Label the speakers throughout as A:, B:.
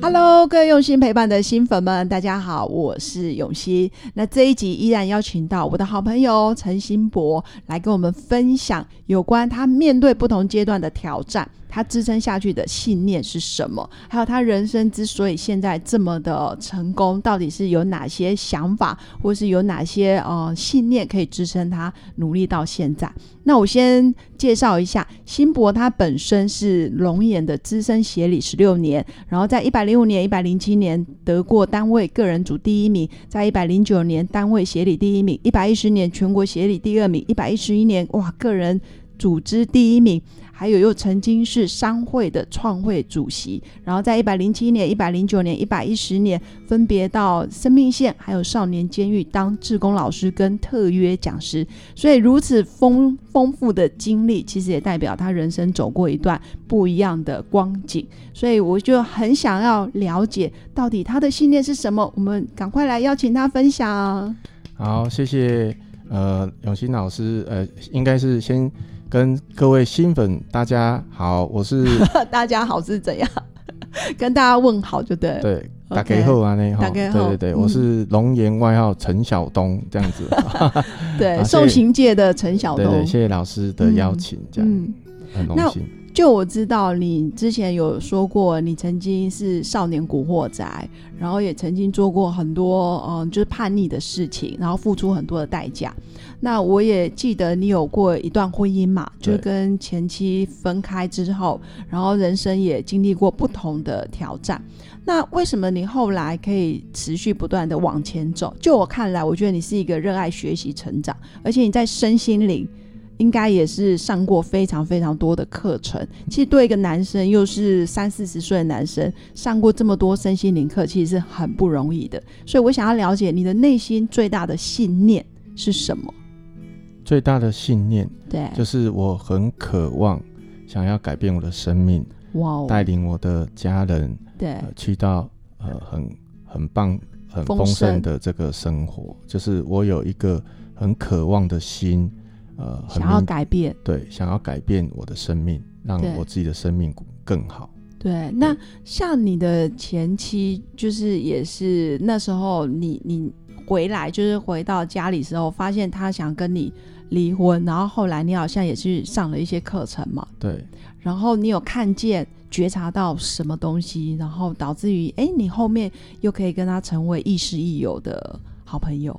A: Hello，各位用心陪伴的新粉们，大家好，我是永熙。那这一集依然邀请到我的好朋友陈新博来跟我们分享有关他面对不同阶段的挑战，他支撑下去的信念是什么，还有他人生之所以现在这么的成功，到底是有哪些想法，或是有哪些呃信念可以支撑他努力到现在。那我先介绍一下，辛博他本身是龙岩的资深协理十六年，然后在一百零五年、一百零七年得过单位个人组第一名，在一百零九年单位协理第一名，一百一十年全国协理第二名，一百一十一年哇个人组织第一名。还有又曾经是商会的创会主席，然后在一百零七年、一百零九年、一百一十年分别到生命线还有少年监狱当志工老师跟特约讲师，所以如此丰丰富的经历，其实也代表他人生走过一段不一样的光景。所以我就很想要了解到底他的信念是什么。我们赶快来邀请他分享。
B: 好，谢谢呃永新老师，呃，应该是先跟各位新粉大家好，我是
A: 大家好是 怎样？跟大家问好就对了。
B: 对
A: OK
B: 打给后啊那哈，
A: 打
B: 对
A: 给后
B: 对对，
A: 嗯
B: 我是龙岩外号陈晓东这样子，
A: 对，
B: 啊谢谢
A: 受刑界的陈晓
B: 对
A: 东。
B: 对，谢谢老师的邀请，这样
A: 嗯，
B: 很
A: 那
B: 荣幸，
A: 就我知道你之前有说过，你曾经是少年古惑仔，然后也曾经做过很多嗯，就是叛逆的事情，然后付出很多的代价。那我也记得你有过一段婚姻嘛，就是
B: 对
A: 跟前妻分开之后，然后人生也经历过不同的挑战。那为什么你后来可以持续不断的往前走？就我看来，我觉得你是一个热爱学习、成长，而且你在身心灵应该也是上过非常非常多的课程。其实对一个男生，又是三四十岁的男生，上过这么多身心灵课，其实是很不容易的。所以我想要了解你的内心最大的信念是什么？
B: 最大的信念
A: 对，
B: 就是我很渴望想要改变我的生命，
A: 哇哦，
B: 带领我的家人
A: 对
B: 呃，去到呃很很棒、很
A: 丰
B: 丰盛
A: 盛
B: 的这个生活，就是我有一个很渴望的心，呃，很
A: 想要
B: 明
A: 改变。
B: 对，想要改变我的生命，让
A: 对
B: 我自己的生命更好。
A: 对，那像你的前妻，就是也是那时候你你回来，就是回到家里时候，发现她想跟你离婚，然后后来你好像也是上了一些课程嘛，
B: 对，
A: 然后你有看见觉察到什么东西，然后导致于哎，诶你后面又可以跟她成为亦师亦友的好朋友。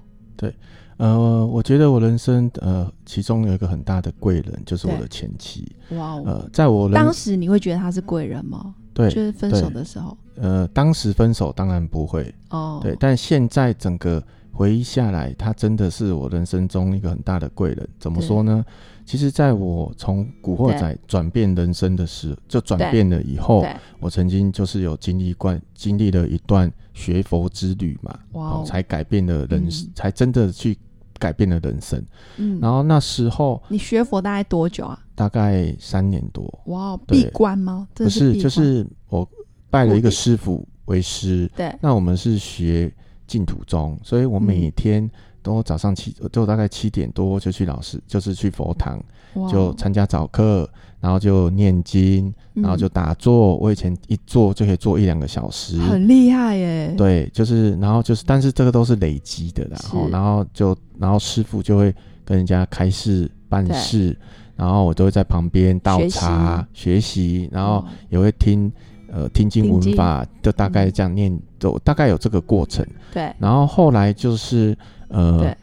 B: 呃，我觉得我人生呃，其中有一个很大的贵人就是我
A: 对
B: 的前妻。
A: 哇哦！
B: 呃，在我人
A: 当时你会觉得他是贵人吗？就
B: 对
A: 是分手的时候。
B: 呃，当时分手当然不会，
A: 哦，
B: 对，但现在整个回忆下来，他真的是我人生中一个很大的贵人。怎么
A: 对
B: 说呢？其实，在我从古惑仔转变人生的时，就
A: 对
B: 转变了以后，
A: 对，
B: 我曾经就是有经历过经历了一段学佛之旅嘛，
A: 哇
B: 哦
A: 哦，
B: 才改变了人，
A: 嗯
B: 才真的去改变了人生。
A: 嗯，
B: 然后那时候
A: 你学佛大概多久啊？
B: 大概三年多，
A: 哇哦，
B: 对
A: 闭关吗？这
B: 不是
A: 闭
B: 就
A: 关
B: 是我拜了一
A: 固定
B: 个师傅为师，
A: 对
B: 那我们是学净土宗，所以我每天都早上七，
A: 嗯
B: 就大概七点多就去老师，就是去佛堂，
A: 哇哦
B: 就参加早课，然后就念经，
A: 嗯
B: 然后就打坐。我以前一坐就可以坐一两个小时
A: 嗯，很厉害耶。
B: 对，就是然后就是，但是这个都是累积的啦。
A: 是
B: 哦然后就然后师傅就会跟人家开示办
A: 对
B: 事，然后我都会在旁边倒
A: 学习
B: 茶学习，然后
A: 哇
B: 也会听呃听经
A: 听
B: 文
A: 经嗯
B: 法，就大概这样念，都大概有这个过程。
A: 对，
B: 然后后来就是呃
A: 对，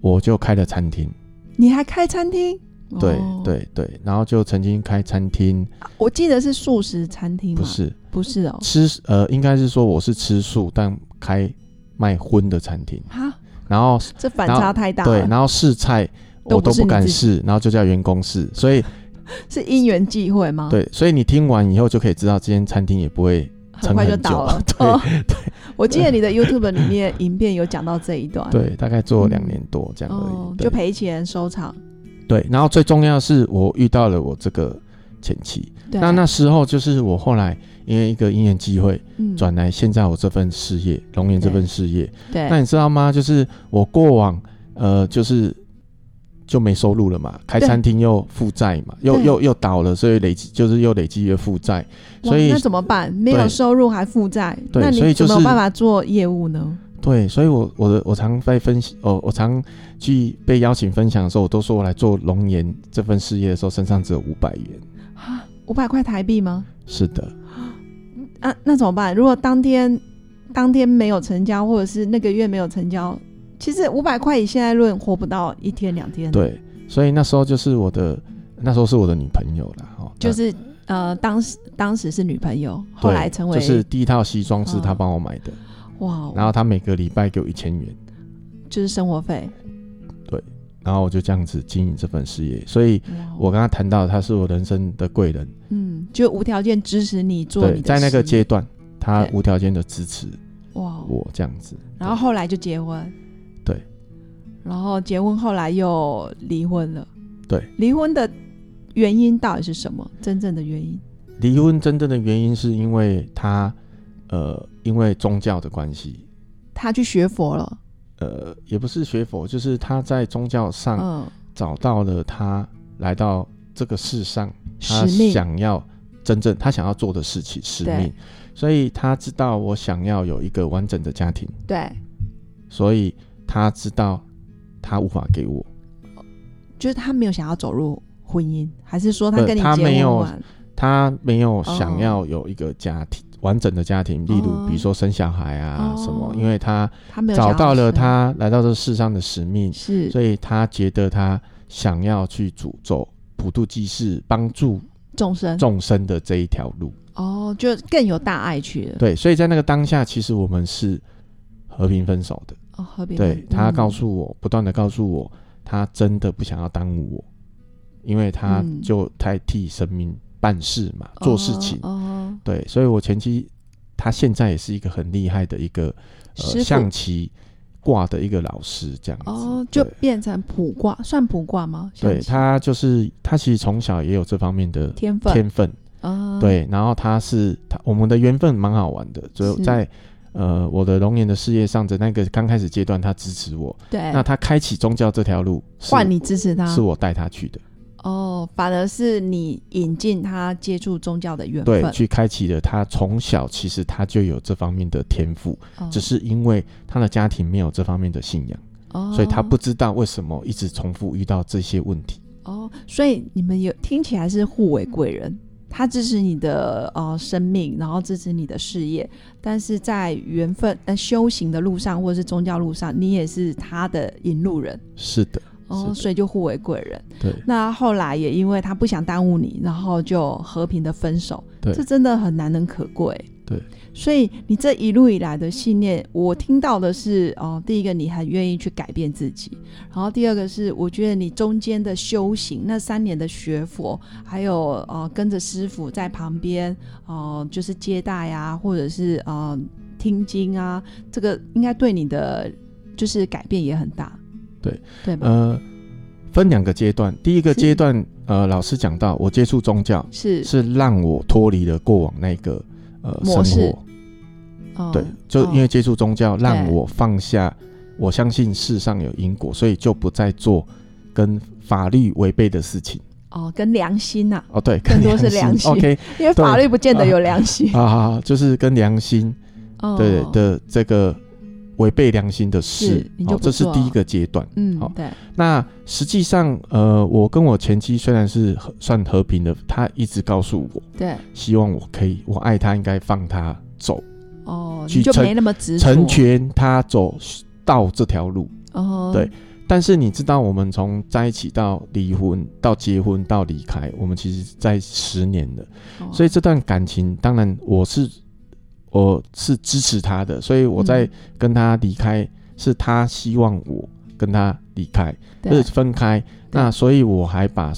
B: 我就开了餐厅，
A: 你还开餐厅？
B: 对、
A: 哦，
B: 对对，然后就曾经开餐厅，
A: 我记得是素食餐厅吗？
B: 不，是
A: 不是哦。
B: 吃呃，应该是说我是吃素，但开卖荤的餐厅，
A: 哈，
B: 然后
A: 这反差太大
B: 对，
A: 了，
B: 然后试菜
A: 都
B: 我
A: 不
B: 都
A: 是
B: 不
A: 你
B: 敢
A: 自己啊
B: 试，然后就叫员工试，所以
A: 是因缘际会吗？，
B: 对，所以你听完以后就可以知道，这间餐厅也不会
A: 很快就倒 了。
B: 撑很久
A: 对， 我记得你的 YouTube 里面影片有讲到这一段。
B: 对，大概做了两
A: 啊嗯
B: 年多这样而已，
A: 哦，
B: 对
A: 就赔钱收场。
B: 对，然后最重要的是我遇到了我这个前妻，
A: 对
B: 那那时候就是我后来因为一个因缘机会
A: 嗯
B: 转来现在我这份事业，龙岩这份事业。
A: 对，
B: 那你知道吗？就是我过往呃就是。就没收入了嘛，开
A: 对
B: 餐厅又负债嘛，又
A: 对
B: 又又倒了，所以累积就是又累积越负债，
A: 哇
B: 所以
A: 那怎么办？没有
B: 对
A: 收入还负债，
B: 对
A: 那你
B: 所以就
A: 怎么有
B: 是
A: 办法做业务呢？
B: 对，所以我我的我常在分析，哦，我常去被邀请分享的时候，我都说我来做龙岩这份事业的时候，身上只有五百元。
A: 啊，五百块台币吗？
B: 是的，
A: 啊，那怎么办？如果当天当天没有成交，或者是那个月没有成交，其实五百块以现在论活不到一天两天。，
B: 对，所以那时候就是我的，那时候是我的女朋友啦，哦，
A: 就
B: 那
A: 是呃，当时当时是女朋友，后
B: 对
A: 来成为、
B: 就是第一套西装是她
A: 嗯
B: 帮我买的，
A: 哇，哦
B: 然后她每个礼拜给我一千元，
A: 就是生活费。
B: 然后我就这样子经营这份事业，所以。
A: 哇哦
B: 我跟她谈到，她是我人生的贵人，
A: 嗯，就无条件支持你做
B: 对，
A: 你的
B: 在那个
A: 事业
B: 阶段，她
A: 对
B: 无条件的支持
A: 哇，哦
B: 我这样子。
A: 然后后来就结婚，
B: 对，
A: 然后结婚后来又离婚了，
B: 对，
A: 离婚的原因到底是什么？真正的原因？
B: 离婚真正的原因是因为他，呃，因为宗教的关系，
A: 他去学佛了，
B: 呃，也不是学佛，就是他在宗教上
A: 嗯，
B: 找到了他来到这个世上，
A: 使
B: 他
A: 命，
B: 想要真正他想要做的事情使
A: 对
B: 命，所以他知道我想要有一个完整的家庭，
A: 对，
B: 所以他知道他无法给我，
A: 就是他没有想要走入婚姻，还是说他
B: 不
A: 跟你
B: 他
A: 结
B: 没
A: 婚
B: 有
A: 完，
B: 他没有
A: 哦
B: 想要有一个家庭。完整的家庭，例如
A: 哦
B: 比如说生小孩啊什么
A: 哦，
B: 因为他
A: 他没有想
B: 找
A: 要
B: 到了
A: 生
B: 他来到这世上的使命，
A: 是
B: 所以他觉得他想要去诅咒普渡祭祀，帮助
A: 众生
B: 众生的这一条路。
A: 哦，就更有大爱去了，
B: 对，所以在那个当下，其实我们是和平分手的。
A: 哦，和平
B: 对他告
A: 诉。嗯
B: 诉我，不断的告诉我，他真的不想要耽误我，因为他
A: 嗯
B: 就太替神明办事嘛，做事情。
A: 哦哦
B: 对，所以我前妻他现在也是一个很厉害的一个
A: 师
B: 呃
A: 傅
B: 象棋挂的一个老师，这样子。
A: 哦，就
B: 对
A: 变成卜卦，算卜卦吗？象
B: 对
A: 棋嗯
B: 他就是他其实从小也有这方面的
A: 天分
B: 天分，
A: 啊，
B: 对，然后他是他我们的缘分蛮好玩的，就是在呃我的龙岩的事业上的那个刚开始阶段，他支持我，
A: 对，
B: 那他开启宗教这条路是
A: 哎换你支啊持他
B: 是我带他去的，
A: 哦，反而是你引进他接触宗教的缘分
B: 对，，去开启了他从小其实他就有这方面的天赋，
A: 哦
B: 只是因为他的家庭没有这方面的信仰，
A: 哦
B: 所以他不知道为什么一直重复遇到这些问题。
A: 哦，所以你们有听起来是互为贵人。他支持你的呃生命，然后支持你的事业，但是在缘分、呃修行的路上，或者是宗教路上，你也是他的引路人
B: 是的，是
A: 哦，
B: 的
A: 所以就互为贵人。
B: 对。
A: 那后来也因为他不想耽误你，然后就和平的分手，
B: 对
A: 这真的很难能可贵。
B: 对，
A: 所以你这一路以来的信念，我听到的是，哦、第一个你很愿意去改变自己，然后第二个是，我觉得你中间的修行，那三年的学佛，还有呃跟着师傅在旁边，哦、就是接待啊，或者是呃听经啊，这个应该对你的就是改变也很大，
B: 对
A: 对吧？
B: 呃，分两个阶段。第一个
A: 是
B: 阶段，呃，老师讲到，我接触宗教
A: 是
B: 是让我脱离了过往那个呃
A: 模
B: 生
A: 式
B: 活，
A: 哦
B: 对，就因为接触宗教，让
A: 对
B: 我放下，我相信世上有因果，所以就不再做跟法律违背的事情。
A: 哦，跟良心呐、
B: 哦，对，
A: 更
B: 跟
A: 多是良心
B: OK
A: 因为法律不见得有良心。
B: 啊好，好就是跟良心
A: 哦
B: 对，的这个违背良心的事
A: 是你，就
B: 好，
A: 不
B: 这是
A: 做啊
B: 第一个阶段。
A: 嗯
B: 好，
A: 对，
B: 那实际上，呃，我跟我前妻虽然是和算和平的，她一直告诉我，
A: 对，
B: 希望我可以，我爱她，应该放她走，
A: 哦，
B: 去
A: 你就
B: 成
A: 没那么执着。
B: 成全她走到这条路。
A: 哦，
B: 对但是你知道，我们从在一起到离婚，到结婚，到离开，我们其实在十年了，
A: 哦
B: 所以这段感情，当然我是我是支持她的，所以我在
A: 嗯
B: 跟她离开，是她希望我跟她离开。
A: 对
B: 是分开。那所以我还把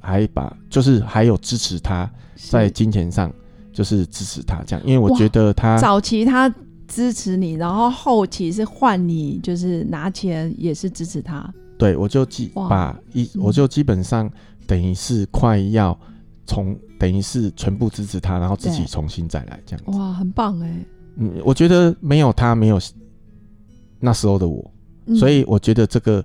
B: 还把就是还有支持他
A: 是
B: 在金钱上，就是支持他这样，因为我
A: 哇
B: 觉得他
A: 早期他支持你，然后后期是换你，就是拿钱也是支持他。
B: 对我就基
A: 哇嗯
B: 把一，我就基本上等于是快要从等于是全部支持他，然后自己
A: 对
B: 重新再来这样子。
A: 哇，很棒哎、
B: 嗯，我觉得没有他，没有那时候的我，
A: 嗯
B: 所以我觉得这个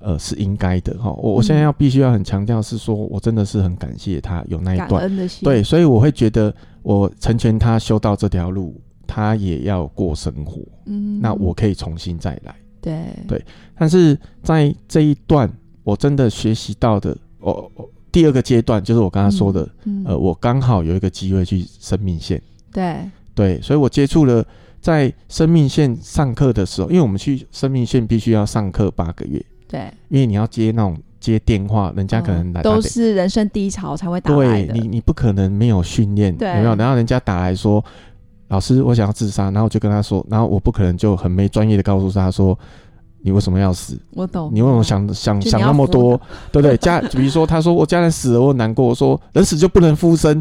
B: 呃是应该的哈。
A: 嗯
B: 我我现在要必须要很强调是说，我真的是很感谢他有那一
A: 感
B: 段，
A: 恩的心，
B: 对，所以我会觉得我成全他修到这条路，他也要过生活，
A: 嗯，
B: 那我可以重新再来。
A: 对
B: 对但是在这一段，我真的学习到的，我、我第二个阶段就是我刚刚说的，
A: 嗯
B: 呃，我刚好有一个机会去生命线，
A: 对
B: 对，所以我接触了在生命线上课的时候，因为我们去生命线必须要上课八个月，
A: 对，
B: 因为你要接那种接电话，人家可能来、
A: 哦
B: 打
A: 都
B: 电
A: 是人生低潮才会打来
B: 对
A: 的，
B: 你，你不可能没有训练，
A: 对
B: 有没有？然后人家打来说，老师，我想要自杀，然后我就跟他说，然后我不可能就很没专业的告诉他说，你为什么要死？
A: 我懂，
B: 你为什么想想
A: 哦就你
B: 想
A: 要
B: 那么
A: 扶
B: 多，对不对？家， 比如说他说我家人死了，我很难过，我说人死就不能 复生，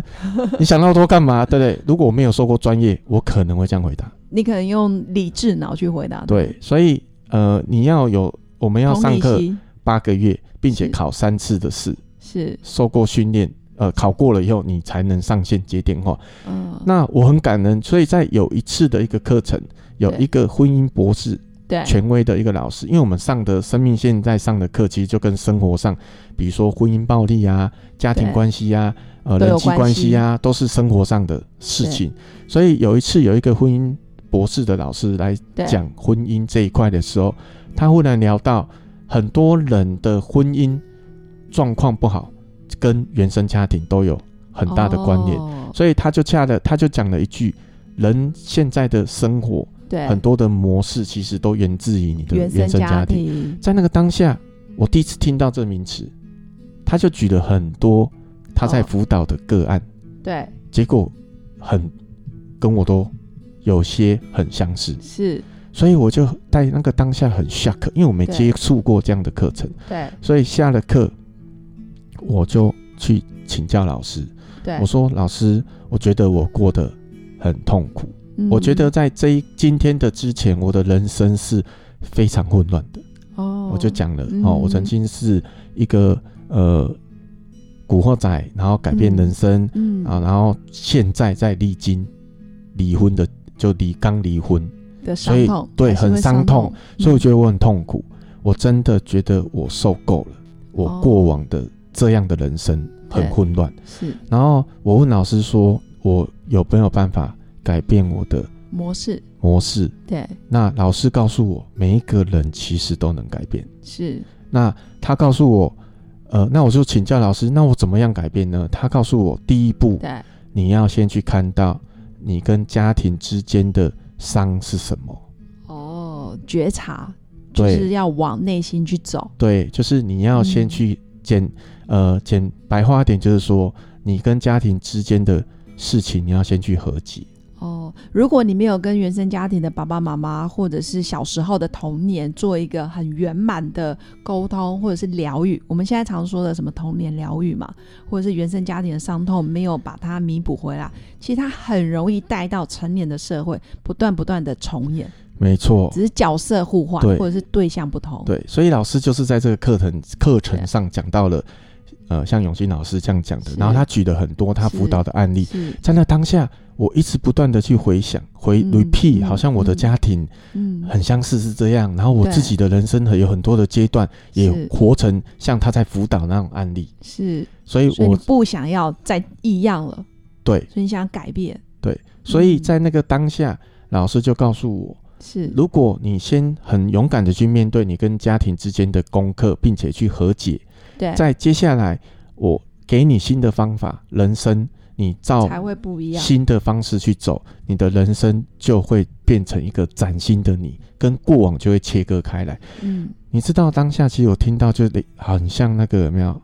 B: 你想那么多干嘛？对不对？如果我没有受过专业，我可能会这样回答。
A: 你可能用理智脑去回答他，
B: 对，所以呃，你要有我们要
A: 同
B: 上
A: 理
B: 课
A: 心
B: 八个月，并且
A: 是
B: 考三次的试，
A: 是，
B: 受过训练，呃，考过了以后你才能上线接电话。
A: 嗯，
B: 那我很感恩，所以在有一次的一个课程，有
A: 对
B: 一个婚姻博士
A: 对
B: 权威的一个老师，因为我们上的生命现在上的课，其实就跟生活上，比如说婚姻暴力啊、家庭
A: 对
B: 关系啊、呃
A: 都有
B: 人际关
A: 关系
B: 系啊，都是生活上的事情。所以有一次有一个婚姻博士的老师来
A: 对
B: 讲婚姻这一块的时候，他忽然聊到很多人的婚姻状况不好，跟原生家庭都有很大的关联。
A: 哦
B: 所以他就恰了，他就讲了一句：人现在的生活
A: 对
B: 很多的模式，其实都源自于你的
A: 原
B: 原生家
A: 家
B: 庭。
A: 庭，
B: 在那个当下，我第一次听到这名词，他就举了很多他在
A: 哦
B: 辅导的个案，
A: 对
B: 结果很跟我都有些很相似，
A: 是，
B: 所以我就在那个当下很 shock，因为我没
A: 对
B: 接触过这样的课程，
A: 对
B: 所以下了课我就去请教老师。
A: 对，
B: 我说老师，我觉得我过得很痛苦。
A: 嗯
B: 我觉得在这一今天的之前，我的人生是非常混乱的。
A: 哦，
B: 我就讲了、
A: 嗯
B: 哦，我曾经是一个呃古惑仔，然后改变人生、
A: 嗯
B: 啊，然后现在在历经离婚的，就离刚离婚，
A: 的
B: 所
A: 伤
B: 以
A: 痛
B: 对
A: 还是会
B: 很伤
A: 伤
B: 痛，所以我
A: 嗯
B: 觉得我很痛苦。我真的觉得我受够了，我
A: 哦
B: 过往的这样的人生很
A: 对
B: 混乱。
A: 嗯是
B: 然后我问老师说，我有没有办法改变我的
A: 模式，
B: 模式？
A: 对
B: 那老师告诉我，每一个人其实都能改变。
A: 是，
B: 那他告诉我，呃，那我就请教老师，那我怎么样改变呢？他告诉我，第一步
A: 对
B: 你要先去看到你跟家庭之间的伤是什么。
A: 哦，觉察就
B: 对
A: 是要往内心去走，
B: 对，就是你要先
A: 嗯
B: 去简，呃，简白话一点，就是说你跟家庭之间的事情，你要先去和解。
A: 哦，如果你没有跟原生家庭的爸爸妈妈，或者是小时候的童年做一个很圆满的沟通，或者是疗愈，我们现在常说的什么童年疗愈嘛，或者是原生家庭的伤痛没有把它弥补回来，其实它很容易带到成年的社会，不断不断的重演，
B: 没错，
A: 只是角色互换
B: 哦对
A: 或者是对象不同。
B: 对，所以老师就是在这个课程课程上讲到了，呃，像永新老师这样讲的，
A: 是
B: 然后他举了很多他辅导的案例，
A: 是，
B: 在那当下，我一直不断的去回想回
A: 嗯嗯
B: repeat，、好像我的家庭
A: 嗯，
B: 很相似是这样，然后我
A: 对
B: 自己的人生还有很多的阶段也
A: 是
B: 活成像他在辅导那种案例，
A: 是，
B: 所以
A: 所以
B: 我
A: 你不想要再异样了，
B: 对
A: 所以你想改变，嗯
B: 对，所以在那个当下，老师就告诉我，
A: 是，
B: 如果你先很勇敢的去面对你跟家庭之间的功课，并且去和解，
A: 对，
B: 在接下来，我给你新的方法，人生你照
A: 才会不一样。
B: 新的方式去走，你的人生就会变成一个崭新的你，跟过往就会切割开来。
A: 嗯。
B: 你知道当下，其实我听到就诶很像那个有没有？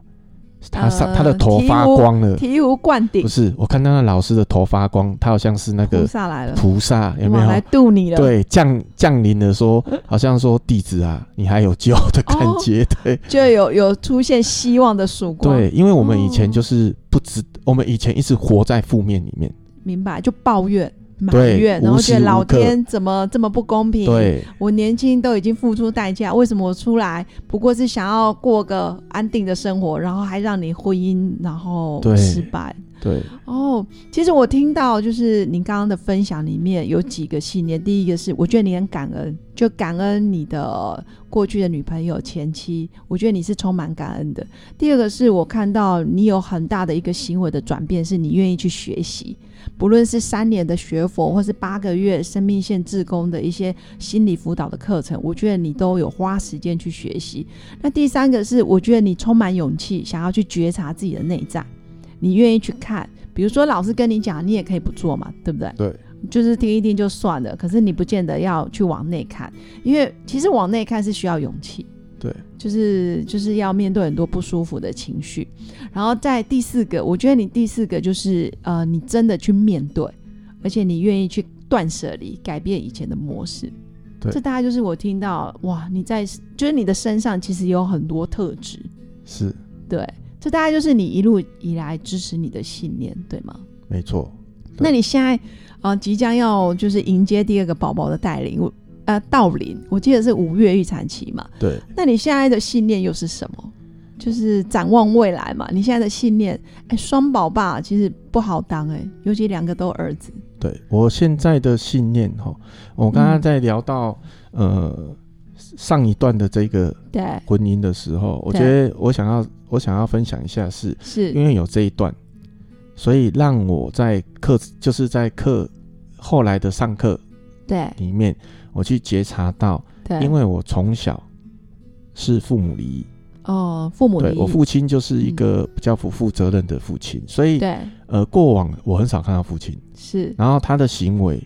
B: 他上、
A: 呃
B: 他的头发光了，
A: 醍醐灌顶
B: 不，是？我看到那老师的头发光，他好像是那
A: 菩
B: 个
A: 萨来了，
B: 菩萨，有没
A: 哇来
B: 有？
A: 度你了，，
B: 对，降降临 的说，好像说弟子啊，你还有救的感
A: 哦
B: 觉，对。
A: 就有有出现希望的曙光，，
B: 对，因为我们以前
A: 哦
B: 就是不知，我们以前一直活在负面里面，
A: 明白？就抱怨，埋
B: 对
A: 怨，然
B: 无
A: 后
B: 时
A: 觉得老
B: 无刻
A: 天怎么这么不公平？
B: 对
A: 我年轻都已经付出代价，为什么我出来不过是想要过个安定的生活，然后还让你婚姻然后
B: 对
A: 失败？
B: 对，
A: 哦，其实我听到就是您刚刚的分享里面有几个信念，第一个是我觉得你很感恩，就感恩你的过去的女朋友、前妻，我觉得你是充满感恩的。第二个是我看到你有很大的一个行为的转变，是你愿意去学习，不论是三年的学佛，或是八个月生命线志工的一些心理辅导的课程，我觉得你都有花时间去学习。那第三个是，我觉得你充满勇气，想要去觉察自己的内在，你愿意去看。比如说老师跟你讲，你也可以不做嘛，对不对？
B: 对，
A: 就是听一听就算了。可是你不见得要去往内看，因为其实往内看是需要勇气。
B: 对，
A: 就是就是要面对很多不舒服的情绪。然后在第四个，我觉得你第四个就是呃，你真的去面对，而且你愿意去断舍离，改变以前的模式。
B: 对
A: 这大概就是我听到哇，你在就是你的身上其实有很多特质，
B: 是
A: 对，这大概就是你一路以来支持你的信念，对吗？
B: 没错。对
A: 那你现在呃即将要就是迎接第二个宝宝的带领，我呃到临，我记得是五月预产期嘛。
B: 对，
A: 那你现在的信念又是什么？就是展望未来嘛。你现在的信念，哎，双宝爸其实不好当哎、尤其两个都儿子。
B: 对我现在的信念哈，我刚刚在聊到、
A: 嗯
B: 呃上一段的这个
A: 对，
B: 婚姻的时候，我
A: 对嗯
B: 觉得我想要我想要分享一下是，
A: 是
B: 因为有这一段，所以让我在课就是在课后来的上课
A: 对
B: 里面，我去觉察到，
A: 对，
B: 因为我从小是父母离异，
A: 哦，父母
B: 对
A: 离
B: 我
A: 异
B: 父亲就是一个比较不负责任的父亲，所以
A: 嗯对
B: 呃过往我很少看到父亲，
A: 是
B: 然后他的行为，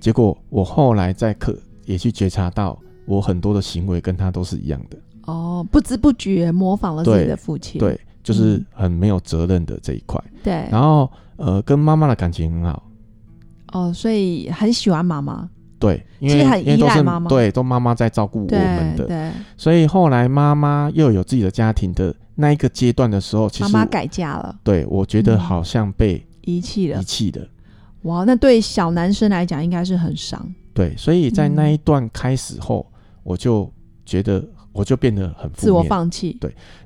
B: 结果我后来在课也去觉察到，我很多的行为跟他都是一样的，
A: 哦，不知不觉模仿了自己
B: 对
A: 的父亲。
B: 对，就是
A: 嗯
B: 很没有责任的这一块，
A: 对，
B: 然后呃跟妈妈的感情很好。
A: 哦，所以很喜欢妈妈。
B: 对，因
A: 其
B: 为
A: 实很
B: 因为
A: 依
B: 都
A: 赖
B: 是
A: 妈妈
B: 对，都妈妈在照顾我
A: 对
B: 们的，
A: 对，
B: 所以后来妈妈又有自己的家庭的那一个阶段的时候，其
A: 妈
B: 实
A: 妈
B: 我
A: 改嫁了，
B: 对我觉得
A: 嗯
B: 好像被
A: 遗弃了
B: 遗。弃的，
A: 哇，那对小男生来讲应该是很伤。
B: 对，所以在那
A: 嗯
B: 一段开始后，我就觉得我就变得很负
A: 自我
B: 面
A: 放弃，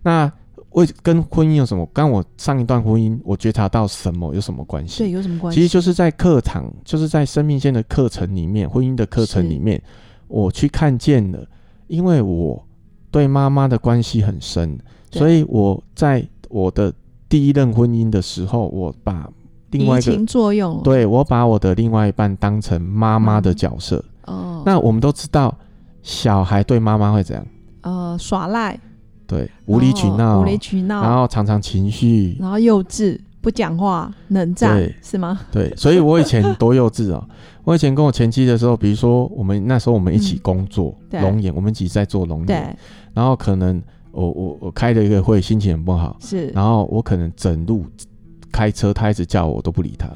B: 那为跟婚姻有什么？刚我上一段婚姻，我觉察到什么有什么关
A: 对，
B: 系？
A: 有什么关系？
B: 其实就是在课堂，就是在生命线的课程里面，婚姻的课程
A: 是
B: 里面，我去看见了，因为我对妈妈的关系很深，
A: 对
B: 所以我在我的第一任婚姻的时候，我把另外
A: 移
B: 一个
A: 情作用了。
B: 对我把我的另外一半当成妈妈的角色。
A: 哦，
B: 那我们都知道，小孩对妈妈会怎样？
A: 呃耍赖，
B: 对，无理取
A: 然后
B: 闹，
A: 哦无理取闹，嗯
B: 然后常常情绪，
A: 然后幼稚，不讲话，冷战
B: 对，
A: 是吗？
B: 对，所以我以前多幼 稚啊！我以前跟我前妻的时候，比如说我们那时候我们一起工作，
A: 嗯对
B: 龙眼，我们一起在做龙眼，
A: 对，
B: 然后可能我我我开了一个会，心情很不好，
A: 是，
B: 然后我可能整路开车，他一直叫我，我都不理他，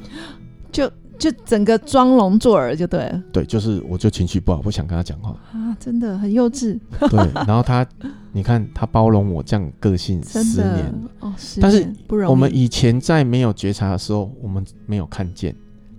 A: 就整个装聋作耳就对了
B: 对，就是我就情绪不好，不想跟他讲话，
A: 啊，真的很幼稚，
B: 对， 然后他，你看他包容我这样个性
A: 真
B: 十
A: 的
B: 年。
A: 哦，十
B: 但是
A: 年不容易。
B: 我们以前在没有觉察的时候，我们没有看见，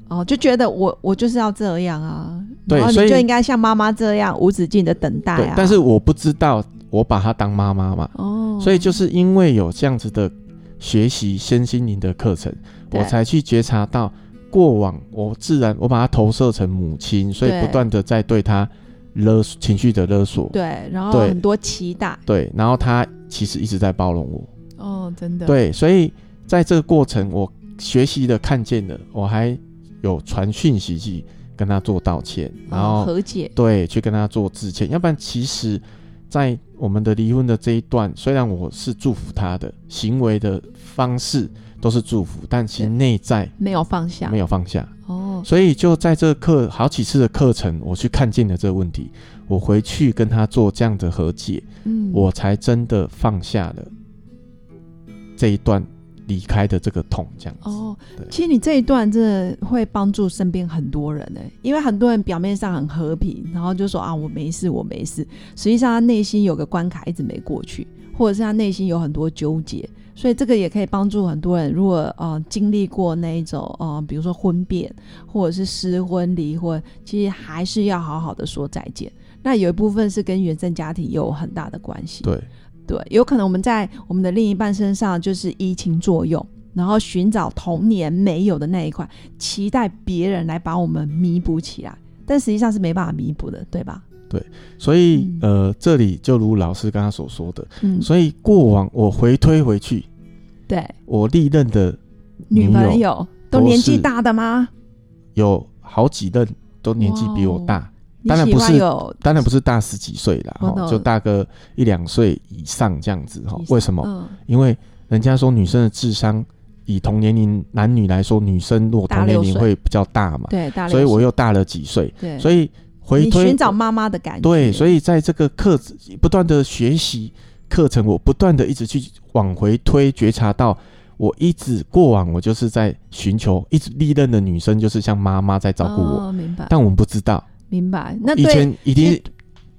A: 哦就觉得我我就是要这样啊，
B: 对
A: 然后
B: 所
A: 你
B: 以
A: 就应该像妈妈这样无止境的等待
B: 对
A: 啊。，
B: 但是我不知道我把他当妈妈嘛，
A: 哦，
B: 所以就是因为有这样子的学习身心灵的课程，
A: 对
B: 我才去觉察到过往我自然我把它投射成母亲，所以
A: 对
B: 不断的在对她勒索情绪的勒索，
A: 对，然后
B: 对
A: 很多期待，
B: 对然后她其实一直在包容我，
A: 哦，真的，
B: 对，所以在这个过程我学习的看见了，我还有传讯息去跟她做道歉，
A: 哦，
B: 然后
A: 和解，
B: 对，去跟他做致歉。要不然，其实，在我们的离婚的这一段，虽然我是祝福他的行为的方式都是祝福，但其实
A: 对
B: 内在
A: 没有放下，
B: 没有放下。
A: 哦，
B: 所以就在这课好几次的课程，我去看见了这个问题，我回去跟他做这样的和解，
A: 嗯，
B: 我才真的放下了这一段离开的这个痛，这样子。
A: 哦
B: 对，
A: 其实你这一段真的会帮助身边很多人呢、因为很多人表面上很和平，然后就说啊我没事，我没事，实际上他内心有个关卡一直没过去，或者是他内心有很多纠结，所以这个也可以帮助很多人，如果呃经历过那一种呃，比如说婚变或者是失婚、离婚，其实还是要好好的说再见。那有一部分是跟原生家庭有很大的关系，
B: 对，
A: 对，有可能我们在我们的另一半身上就是移情作用，然后寻找童年没有的那一块，期待别人来把我们弥补起来，但实际上是没办法弥补的，对吧？
B: 所以、
A: 嗯
B: 呃，这里就如老师刚刚所说的，
A: 嗯，
B: 所以过往我回推回去，
A: 对，
B: 我历任的
A: 女
B: 女
A: 朋
B: 友
A: 友都
B: 都
A: 年纪
B: 是
A: 大的吗？
B: 有好几任都年纪比我
A: 哇哦
B: 大，
A: 你
B: 当然
A: 喜
B: 不
A: 欢
B: 是
A: 有
B: 当然不是大十几岁啦，
A: 我
B: 哈、
A: 懂
B: 就大个一两岁以上这样子哈、
A: 以上
B: 为什么？
A: 嗯，
B: 因为人家说女生的智商，以同年龄男女来说，女生如果同
A: 大
B: 年
A: 六
B: 龄
A: 岁
B: 会比较大嘛，
A: 对，大
B: 所以
A: 流
B: 我
A: 行
B: 又大了几岁，
A: 对，
B: 所以回
A: 你
B: 推
A: 寻找妈妈的感觉，
B: 对，所
A: 以
B: 以在这个课不断的学习课程，我不断的一直去往回推，觉察到我一直过往我就是在寻求，一直历任的女生就是像妈妈在照顾我，
A: 哦，明白，
B: 但我们不知道，
A: 明白。那
B: 以
A: 对
B: 前一定
A: 其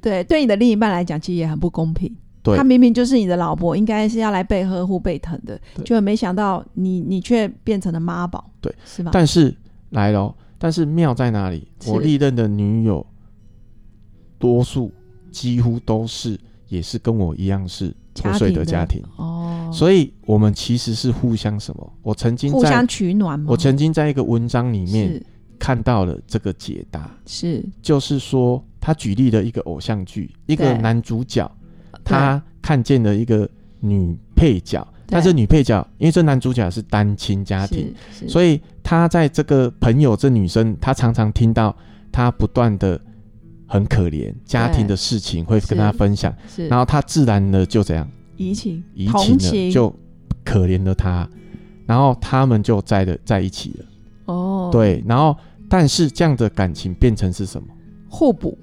A: 对对你的另一半来讲，其实也很不公平。
B: 对
A: 她明明就是你的老婆，应该是要来被呵护、被疼的，
B: 对
A: 就没想到你你却变成了妈宝，
B: 对，
A: 是吧？
B: 但是来了哦，但是妙在哪里？
A: 是
B: 我历任的女友，多数几乎都是也是跟我一样是破碎的家庭，
A: 哦，
B: 所以我们其实是互相什么？我曾经
A: 互
B: 在
A: 相取暖嘛。
B: 我曾经在一个文章里面
A: 嗯是
B: 看到了这个解答，
A: 是
B: 就是说他举例的一个偶像剧，一个
A: 对
B: 男主角他看见了一个女配角，但是女配角因为这男主角是单亲家庭。，
A: 是以
B: 所以他在这个朋友这女生，她常常听到她不断的很可怜家庭的事情，会跟她分享，
A: 是
B: 然后她自然的就怎样
A: 移情、
B: 移
A: 同
B: 情了，就可怜了她，然后他们就在的在一起了，
A: 哦，，
B: 对，然后但是这样的感情变成是什么？
A: 互补，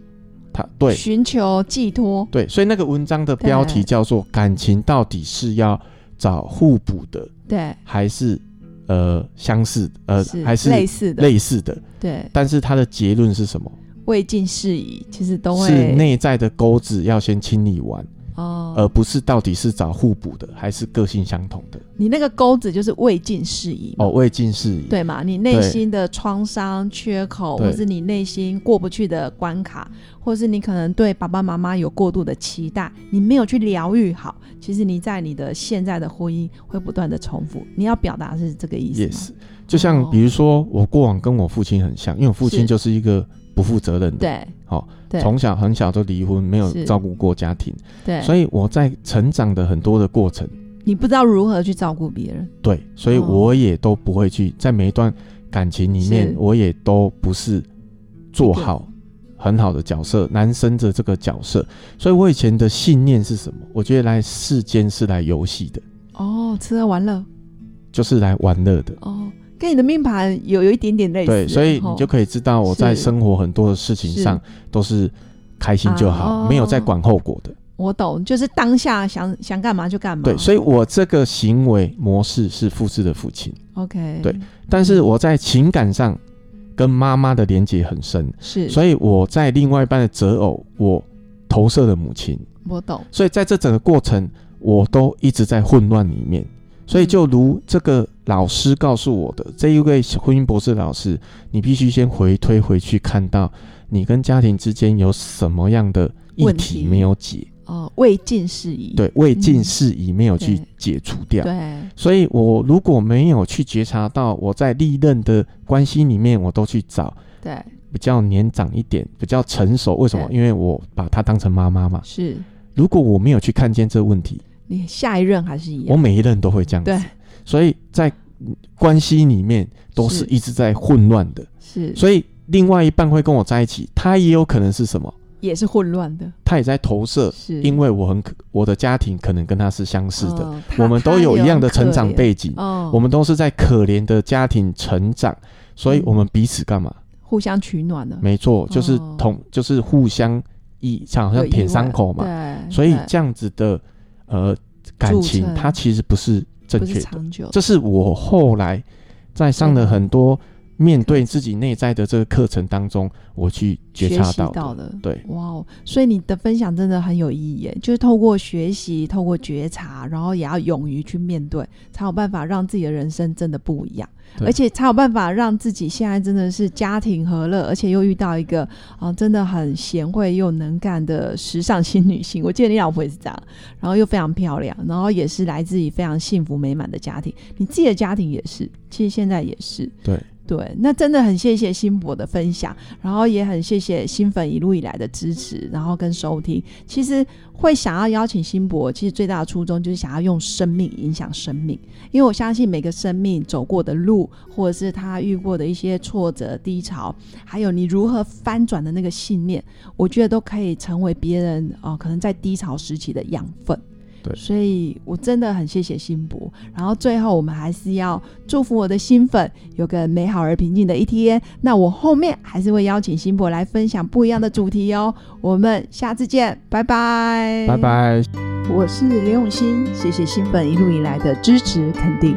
B: 他对
A: 寻求寄托，
B: 对，所以那个文章的标
A: 对
B: 题叫做“感情到底是要找互补的，
A: 对，
B: 还是呃相似的，呃还是
A: 类似的，
B: 类似的？
A: 对，
B: 但是它的结论是什么？
A: 未尽事宜，其实都会
B: 是内呃在的钩子要先清理完，
A: 哦，
B: 而不是到底是找互补的还是个性相同的。
A: 你那个钩子就是未尽事宜嘛
B: 哦，未尽事宜。
A: 对嘛？你内
B: 对
A: 心的创伤、缺口，
B: 对
A: 或是你内心过不去的关卡，或是你可能对爸爸妈妈有过度的期待，你没有去疗愈好，其实你在你的现在的婚姻会不断的重复。你要表达是这个意思吗
B: ，yes。就像比如说，我过往跟我父亲很像，因为我父
A: 哦是
B: 亲就是一个不负责任的，
A: 对
B: 好，
A: 对
B: 从小很小就离婚，没有
A: 是
B: 照顾过家庭，
A: 对，
B: 所以我在成长的很多的过程，
A: 你不知道如何去照顾别人，
B: 对，所以
A: 哦
B: 我也都不会去在每一段感情里面
A: 是，
B: 我也都不是做
A: 一个
B: 好很好的角色，男生的这个角色。所以我以前的信念是什么？我觉得来世间是来游戏的，
A: 哦，吃喝玩乐，
B: 就是来玩乐的。
A: 哦，跟你的命盘有有一点点类似，
B: 对，所以你
A: 哦
B: 就可以知道我
A: 是
B: 在生活很多的事情上都是开心就好，
A: 啊
B: 没有在管后果的。
A: 我懂，就是当下想想干嘛就干嘛，
B: 对，所以我这个行为模式是复制的父亲，
A: OK，
B: 对，但是我在情感上跟妈妈的连接很深。
A: 嗯是，
B: 所以我在另外一半的择偶，我投射了母亲，
A: 我懂，
B: 所以在这整个过程，我都一直在混乱里面。所以就如这个老师告诉我的，这一位婚姻博士老师，你必须先回推回去，看到你跟家庭之间有什么样的议
A: 问题
B: 题没有解，
A: 哦，未尽事宜，
B: 对未尽事宜没有去
A: 对
B: 解除掉。
A: 对。
B: 所以我如果没有去觉察到，我在历任的关系里面，我都去找
A: 对，
B: 比较年长一点，比较成熟。为什么？
A: 对
B: 因为我把她当成妈妈嘛。
A: 是
B: 如果我没有去看见这问题，
A: 你下一任还是一
B: 我
A: 样？
B: 每一任都会这样子。
A: 对，
B: 所以在嗯关系里面都
A: 是
B: 是一直在混乱的。
A: 是，
B: 所以另外一半会跟我在一起，他也有可能是什么？
A: 也是混乱的，
B: 他也在投射，
A: 是
B: 因为我很可我的家庭可能跟他是相似的，
A: 嗯
B: 我们都有一样的成长，背景，
A: 他他也很可怜哦，
B: 我们都是在可怜的家庭成长，所以我们彼此干嘛？
A: 互相取暖的，
B: 没错，就是
A: 哦
B: 同，就是互相一好
A: 有
B: 像
A: 意
B: 舔
A: 外
B: 伤口嘛。
A: 对，
B: 所以
A: 对
B: 这样子的呃感
A: 铸
B: 情
A: 成，
B: 它其实不是正
A: 不
B: 确
A: 是
B: 的。
A: 长久，
B: 这是我后来在上了很多面对自己内在的这个课程当中，我去觉
A: 学
B: 察
A: 习
B: 到
A: 到
B: 的。
A: 的，
B: 对，
A: 哇哦！所以你的分享真的很有意义耶，就是透过学习，透过觉察，然后也要勇于去面对，才有办法让自己的人生真的不一样，
B: 对
A: 而且才有办法让自己现在真的是家庭和乐，而且又遇到一个啊、真的很贤惠又能干的时尚新女性。 我记得你老婆也是这样，然后又非常漂亮，然后也是来自于非常幸福美满的家庭，你自己的家庭也是，其实现在也是，
B: 对
A: 对，那真的很谢谢新博的分享，然后也很谢谢新粉一路以来的支持，然后跟收听。其实会想要邀请新博，其实最大的初衷就是想要用生命影响生命，因为我相信每个生命走过的路，或者是他遇过的一些挫折、低潮，还有你如何翻转的那个信念，我觉得都可以成为别人哦、呃可能在低潮时期的养分。
B: 对
A: 所以我真的很谢谢新博。然后最后，我们还是要祝福我的新粉有个美好而平静的一天。那我后面还是会邀请新博来分享不一样的主题哦。我们下次见，拜拜，
B: 拜。拜。
A: 我是刘永新，谢谢新粉一路以来的支持肯定。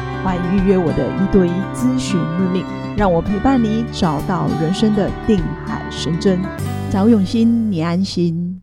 A: 欢迎预约我的一对一咨询论命，让我陪伴你找到人生的定海神针。找永新，你安心。